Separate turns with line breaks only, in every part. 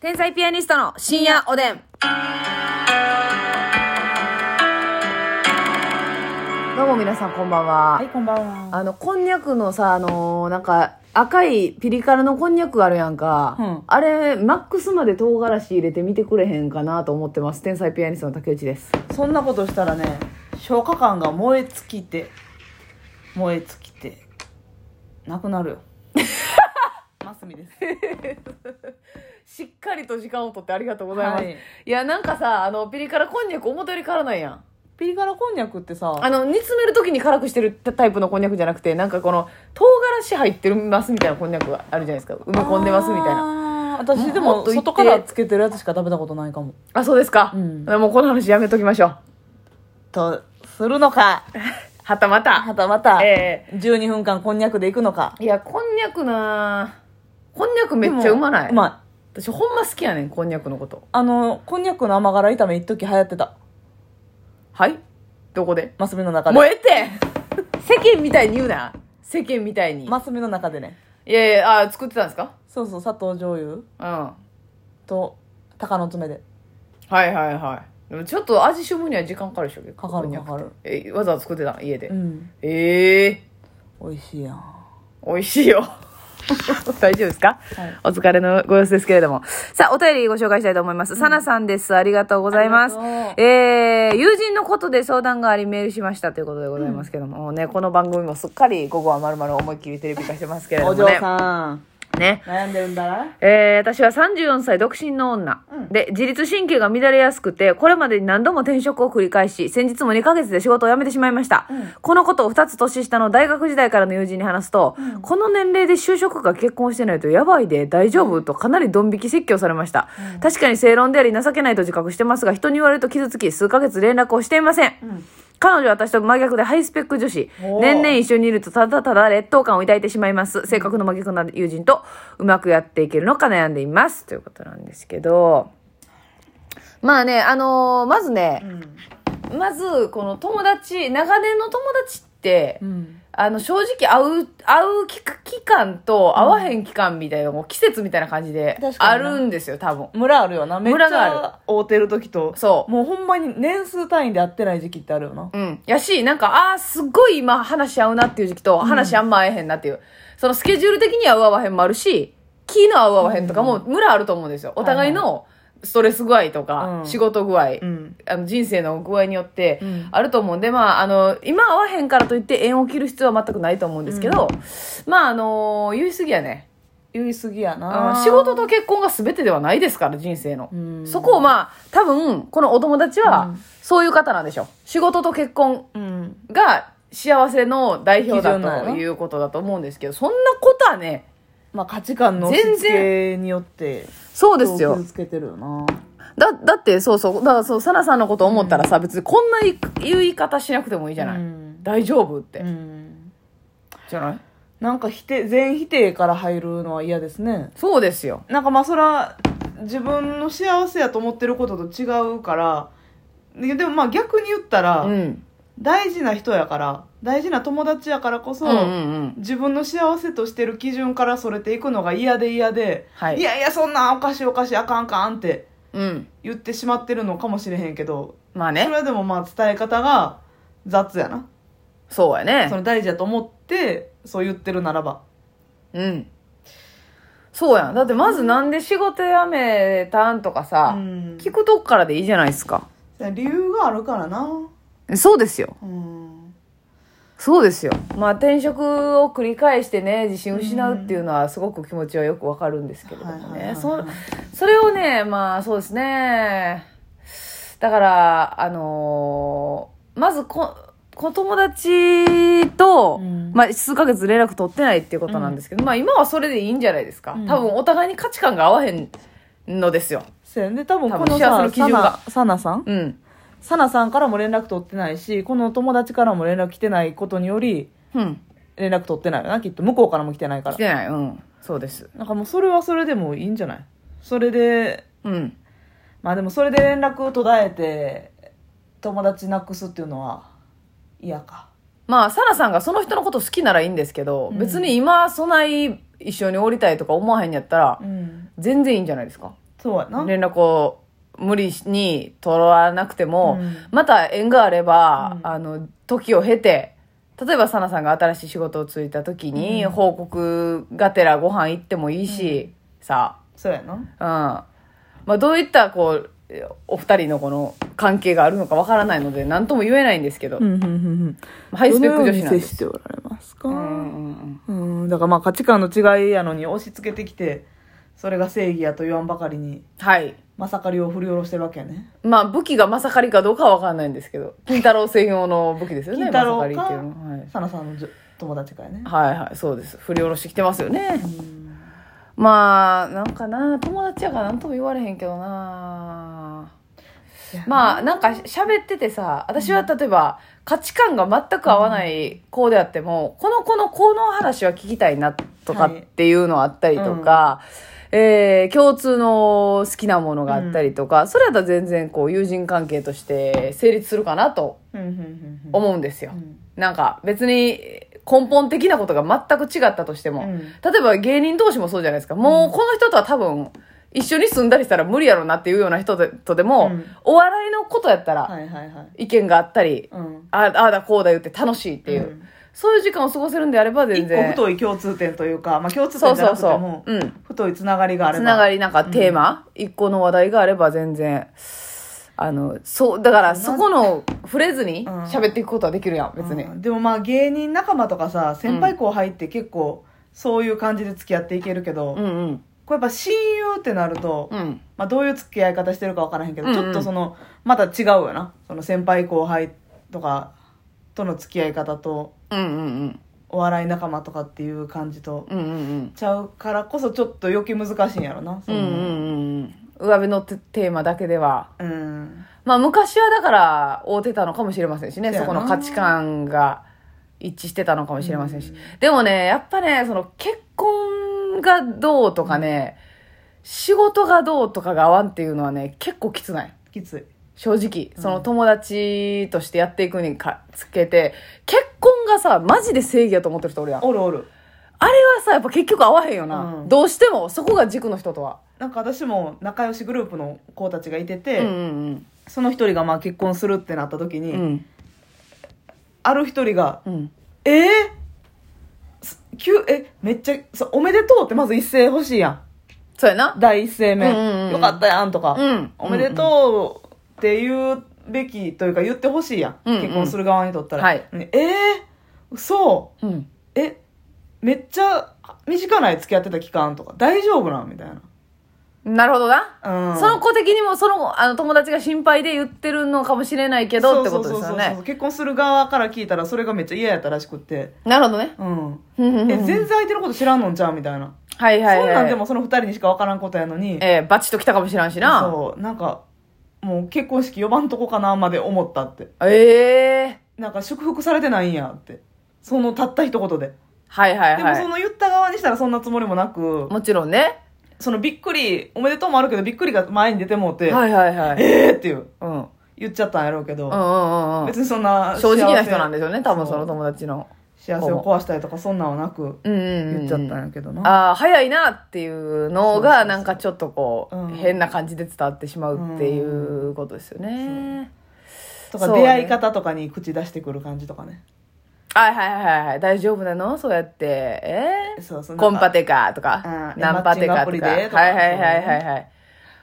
天才ピアニストの深夜おでん。どうも皆さんこんばんは。
はい、こんばんは。
あの、こんにゃくのさ、あのーなんか、赤いピリ辛のこんにゃくあるやんか。
うん
あれ、マックスまで唐辛子入れてみてくれへんかなと思ってます。天才ピアニストの竹内です。
そんなことしたらね、消化管が燃え尽きて、燃え尽きて、なくな るよ。マスミです。
しっかりと時間をとってありがとうご
ざいます
い、や、なんかさ、あの、ピリ辛こんにゃく思ったより辛ないやん。
ピリ辛こんにゃくってさ、
あの、煮詰めるときに辛くしてるタイプのこんにゃくじゃなくて、なんかこの、唐辛子入ってますみたいなこんにゃくがあるじゃないですか。埋め込んでますみたいな。
な。私で
もっ
も
と言って
外からつけてるやつしか食べたことないかも。
あ、そうですか。
うん
もうこの話やめときましょう。
と、するのか。
はたまた。
はたまた、
え
12分間こんにゃくでいくのか。
いや、こんにゃくなこんにゃくめっちゃうまないう
まい。
私ほんま好きやねん、こんにゃくのこと。
あの、こんにゃくの甘辛炒め一時流行ってた。
はいどこで
マスミの中
もう
で。
ええって 世間みたいに言うな。世間みたいに。
マスミの中でね。
いやいや、あ、作ってたんですか
そうそう、砂糖醤油
うん。は
と、鷹の爪で。
いはいはい。でもちょっと味しむには時間かかるでしょ、結構
かか
こん
る
にゃ
か
く
かる。
えわざわざ作ってたん家で、
うん。
ええ
美味しいやん。は
美味しいよ 大丈夫ですか
い。
お疲れのご様子ですけれどもさあお便りご紹介したいと思います、サナさんですありがとうございます
ありがと
えー、友人のことで相談がありメールしましたということでございますけども、もうねこの番組もすっかり午後はまるまる思いっきりテレビ化してますけれども
お
ね
嬢さん。
ね
悩んでるんだな。
えー私は34歳独身の女、
うん
で自律神経が乱れやすくてこれまでに何度も転職を繰り返し先日も2ヶ月で仕事を辞めてしまいました、
うん
このことを2つ年下の大学時代からの友人に話すと、この年齢で就職か結婚してないとやばいで大丈夫とかなりドン引き説教されました、確かに正論であり情けないと自覚してますが人に言われると傷つき数ヶ月連絡をしていません、
ん
彼女は私と真逆でハイスペック女子
おー
年々一緒にいるとただただ劣等感を抱いてしまいます性格の真逆な友人とうまくやっていけるのか悩んでいますということなんですけどまあねあのーまずね、まずこの友達長年の友達って、
うん。
あの正直会う会う期期間と会わへん期間みたいな、もう季節みたいな感じで
確
あ
かにな
るんですよ多分
村あるよな。めっち
村が
ゃ会うてる時と。
そう
もうほんまに年数単位で会ってない時期ってあるよな。
うん。やし、なんか、ああ、すっごい今話し合うなっていう時期と、話あんま合えへんなっていう。そのスケジュール的には合わへんもあるし、気の合う合わへんとかも、ムラあると思うんですよ。お互いのストレス具合とか、
うん
仕事具合、
ん。
あの人生の具合によって
うん
あると思うんで、まあ、あの、今合わへんからといって縁を切る必要は全くないと思うんですけど、まあ、あの言い過ぎやね。
言い過ぎや
う
な。
ん仕事と結婚が全てではないですから、人生の。
うん
そこをまあ、多分、このお友達
う
は
ん、
そういう方なんでしょう。仕事と結婚
うん。
が幸せの代表だ
基準なんや
と
な
いうことだと思うんですけど、そんなことはね、
まあ価値観の
全然
押し付けによって。
そうですよ
人を。傷つけてるよな。
だ、だって、そうそう、だからそう、サナさんのこと思ったらさ、別にこんな言い言い方しなくてもいいじゃない。
うん
大丈夫って、
うん。
じゃない
なんか否定、全否定から入るのは嫌ですね。
そうですよ。
なんかまあそれは自分の幸せやと思ってることと違うからででもまあ逆に言ったら、
うん。
大事な人やから大事な友達やからこそ、
うんうんうん。
自分の幸せとしてる基準からそれていくのが嫌で嫌で、
はい
いやいやそんなんおかしいおかしいあかんあかんって
うん。
言ってしまってるのかもしれへんけど
まあ
それ
ね。
はでもまあ伝え方が雑やな
そうや
そ
ね。
の大事やと思ってそう言ってるならば
うん。そうやん。だってまずなんで仕事辞めたんとかさ、
うん
聞くとこからでいいじゃないですか。
理由があるからな
そうですよ。
うん
そうですよ。まあ転職を繰り返してね、自信を失うっていうのはすごく気持ちはよくわかるんですけれども
はいはいはい
ね。
はい
そそれをね、まあそうですね。だから、あのーまずこ、こ友達と、
うん
まあ数ヶ月連絡取ってないっていうことなんですけど、まあ今はそれでいいんじゃないですか。
うん
多分お互いに価値観が合わへんのですよ。
そうやね多分
多
こ
分幸
の
せ
さ
の基準
サ
が
ナサナさん
うん。
サナさんからも連絡取ってないしこの友達からも連絡来てないことにより
うん。
連絡取ってないよなきっと向こうからも来てないか
来
ら
てない。うん。そうです。
なんかもうそれはそれでもいいんじゃないそれで
うん。
まあでもそれで連絡途絶えて友達なくすっていうのは嫌か
まあ、サラさんがその人のこと好きならいいんですけど、
うん
別に今、そない一緒におりたいとか思わへんやったら、
うん
全然いいんじゃないですか。
そうやな。
連絡を無理に取らなくても、
うん
また縁があれば、
うん
あの時を経て例えばサナさんが新しい仕事をついた時に、
うん
報告がてらご飯行ってもいいし、さ
そうやな。
うんまあ、どういったこうお二人のこの関係があるのかわからないので何とも言えないんですけど、
うんうんうんうん。
ハイスペック女子なん
どのよう
で
に接
す。
しておられますか、
うんうんうん
うん、だからまあ価値観の違いやのに押し付けてきて、それが正義やと言わんばかりに、
はい
まさかりを振り下ろしてるわけやね。
まあ武器がまさかりかどうかは分かんないんですけど金太郎専用の武器ですよねま
金
さ
太郎
か
か
りっていうのは、はい、
サナさんのじょ友達からね。
はいはい、そうです。振り下ろしてきてますよね。
うん
まあ、なんかな、友達やからなんとも言われへんけどな。まあ、なんか喋っててさ、私は例えば価値観が全く合わない子であっても、この子のこの話は聞きたいなとか
はい
っていうのあったりとか、えー共通の好きなものがあったりとか、それやったら全然こう友人関係として成立するかなと
うんうんうんうん
思うんですよ。
うん
なんか別に根本的なことが全く違ったとしても、
うん
例えば芸人同士もそうじゃないですか。もうこの人とは多分、一緒に住んだりしたら無理やろなっていうような人でとでも、
うん
お笑いのことやったら
はいはいはい。
意見があったり、
うん。
あああだこうだ言って楽しいっていう、
うん
そういう時間を過ごせるんであれば全
一
然。
個太い共通点というか、まあ共通
そ
点
う
じゃな
そう
くて
そ
も、
う。うん。
太いつながりがあれ
つ
ば。
ながりなんかテーマ、一個の話題があれば全然。あの、そう、だからそこの触れずに
うん
喋っていくことはできるやん、別に。
うんでもまあ芸人仲間とかさ先輩後輩って結構そういう感じで付き合っていけるけど、
うんうん。
これやっぱ親友ってなると、
うん。
まあ、どういう付き合い方してるか分からへんけど、
うんうん
ちょっとそのまた違うよなその先輩後輩とかとの付き合い方と
うんうんうん。
お笑い仲間とかっていう感じと
うんうんうん。
ちゃうからこそちょっと余計難しいんやろなそ
うん
の
うんうんうん上辺のテテーマだけでは
うん
まあ昔はだから会うてたのかもしれませんしね
そう
そ
や
こ
な
の価値観が一致してたのかもしれませんし、でもねやっぱねその結婚がどうとかね、仕事がどうとかが合わんっていうのはね結構きつない
きつい
正直その友達としてやっていくにかつけて結婚がさマジで正義やと思ってる人おるやんあれ
おるおる
はさやっぱ結局合わへんよな、
うん
どうしてもそこが軸の人とは
なんか私も仲良しグループの子たちがいて
う
て、
んうん
その一人がまあ結婚するってなった時に、
うんうん
ある一人が
うん
えー、すきゅえめっちゃそうおめでとうってまず一声欲しいや。
そうやなん
第一声目、
うんうんうん
よかったやんとか、
うん
おめでとうって言うべきというか言ってほしいやん、
うんうん
結婚する側にとったら、
はい
ねえー、そう
うん。
えめっちゃ短ない付き合ってた期間とか大丈夫なんみたい
なるほどな。
な、うん、
その子的にも、その、あの、友達が心配で言ってるのかもしれないけどってことです
そうそ
よ
うそうそ
ね
う。結婚する側から聞いたらそれがめっちゃ嫌やったらしくって
なるほどね。
うん
ふんふんふ
え
ん
全然相手のこと知らんのんちゃうみたいな
はいはいはい。
そんなんでもその二人にしか分からんことやのに、
えーバチッと来たかもしらんしな。
そうなんかもう結婚式呼ばんとこかなまで思ったって
ええ
なんか祝福されてないんやってそのたった一言で、
はいはい
でもそ
は
の言った側にしたらそんなつもりもなく
い。もちろんね。
そのびっくりおめでとうもあるけどびっくりが前に出てもうて、
はいはいはい。
ええー、っていう
うん。うん
言っちゃったんやろうけど、
うんうんうん。
別にそんな
正直な人なんでしょうね、多分
そう
その友達の。
幸せを壊したりとかそんなんはなく
うんうんうん。
言っちゃったんやけどな、
ああ、早いなっていうの
そうそうそ
が、
う
なんかちょっとこう、
うん
変な感じで伝わってしまうっていうことですよね。
とか
そうね
出会い方とかに口出してくる感じとかね
はいはいはいはい。大丈夫なのそうやって。えー
そうそう
コンパテかとか、
うん
ナンパテか
マッ
と
チン
か。
グアプ
は
リ
い
でとか
はいはいはいはい。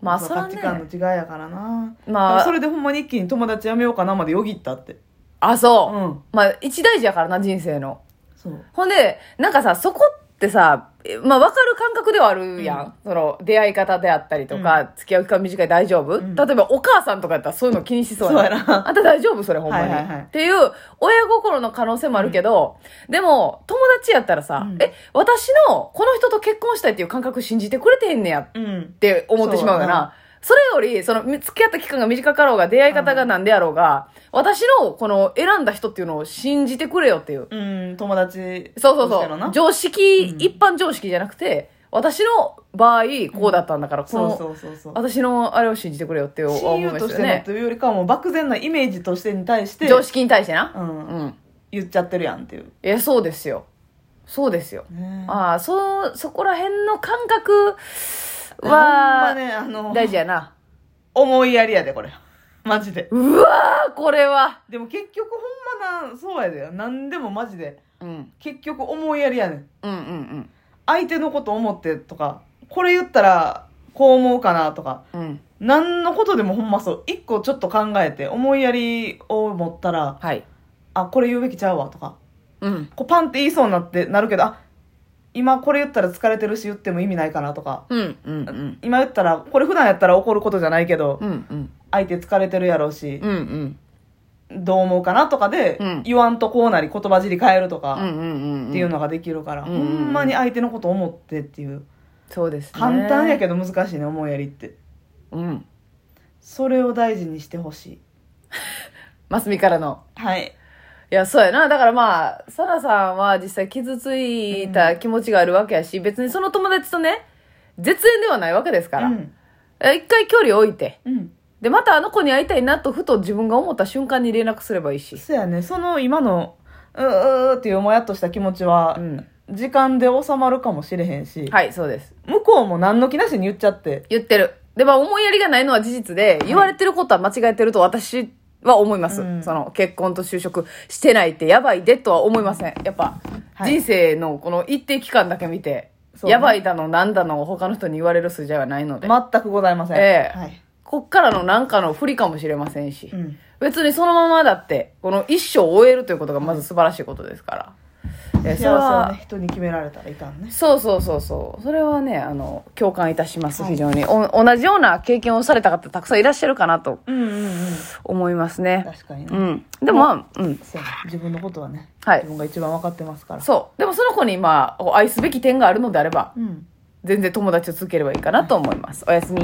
まあ、
そう
そら
価値観の
ね。
違いやからな。
まあ
でもそれでほんまに一気に友達やめようかなまでよぎったって。
あ、そう。
うん
まあ、一大事やからな、人生の。
そう。
ほんで、なんかさ、そこってさ、えまあ、わかる感覚ではあるやん。その、出会い方であったりとか、付き合う期間短い大丈夫、
ん
例えば、お母さんとかやったらそういうの気にしそうや
そうやな
あんた大丈夫それほんまに、
はいはいはい
っていう、親心の可能性もあるけど、でも、友達やったらさ、
うん
え、私の、この人と結婚したいっていう感覚信じてくれてへんねやっ
うん
っ。て思ってしまうか
そうや
ら、それより、その、み付き合った期間が短かろうが、出会い方が何であろうが、私の、この、選んだ人っていうのを信じてくれよっていう。
うん、友達
そうそう
と
そ
してのな
う。常識、
うん
一般常識じゃなくて、私の場合、こうだったんだから、この
そうそうそうそう。
私のあれを信じてくれよっていう思
親
い
友
で
と
す
し
よ
ての
ね
と。いうよりかはもう漠然なイメージとしてに対して、
常識に対してな。
うん
うん。
言っちゃってるやんっていう。
え、そうですよ。そうですよ。
ね
ああ、そう、そこら辺の感覚、う
ほんま
わ
ね、あの、
大事やな。
思いやりやで、これ。マジで。
うわーこれは。
でも結局ほんまな、そうやで。何でもマジで。
うん。
結局思いやりやねん。
うんうん
相手のこと思ってとか、これ言ったら、こう思うかなとか、
うん。うん。
何のことでもほんまそう。一個ちょっと考えて、思いやりを持ったら、
はい。
あ、これ言うべきちゃうわとか、
うん。
こうパンって言いそうになってなるけど、あ、今これ言ったら疲れてるし言っても意味ないかなとか、
うんうんうん。
今言ったら、これ普段やったら怒ることじゃないけど、
うんうん。
相手疲れてるやろうし、
うんうん。
どう思うかなとかで、
うん
言わんとこうなり言葉尻変えると
うんう
か、
んうん。
っていう。のができるから、
うん
ほんまに相手のこと思ってっていう。
そうですね。
簡単や
け
けど難しいね、思いやりって。
ど。うん。
それを大事にしてほしい。
マスミからの。
はい。
いや、そうやな。だからまあ、サラさんは実際傷ついた気持ちがあるわけやし、別にその友達とね、絶縁ではないわけですから。
うん。
え一回距離を置いて。
うん。
で、またあの子に会いたいなと、ふと自分が思った瞬間に連絡すればいいし。
そうやね、その今の、うーうーっていうもやっとした気持ちは
う、ん。
時間で収まるかもしれへんし、
はい、そうです。
向こうも何の気なしに言っちゃって、
言ってる。で、まあ、思いやりがないのは事実で、言われてることは間違えてると私は思います。
うん
その、結婚と就職してないってやばいでとは思いません。やっぱ、
はい
人生のこの一定期間だけ見て、
そうね
やばいだの、なんだのを他の人に言われる筋合いはないので、
全くございません。
ええ
はい。
こっからのなんかの不利かもしれませんし、
うん。
別にそのままだって、この一生を終えるということがまず素晴らしいことですから。ええ
幸せをね、人に決められたらいかんね。
そうそうそうそう。それはね、あの、共感いたします、
はい
非常に。お同じような経験をされた方、たくさんいらっしゃるかなと
うんうんうん。
思いますね。
確かにね。
うん。でも、まあ、うん。
そうやね自分のことはね、
はい
自分が一番分かってますから
そう。でも、その子に、まあ、愛すべき点があるのであれば、
う、ん、
全然友達を続ければいいかなと思います。おやすみ。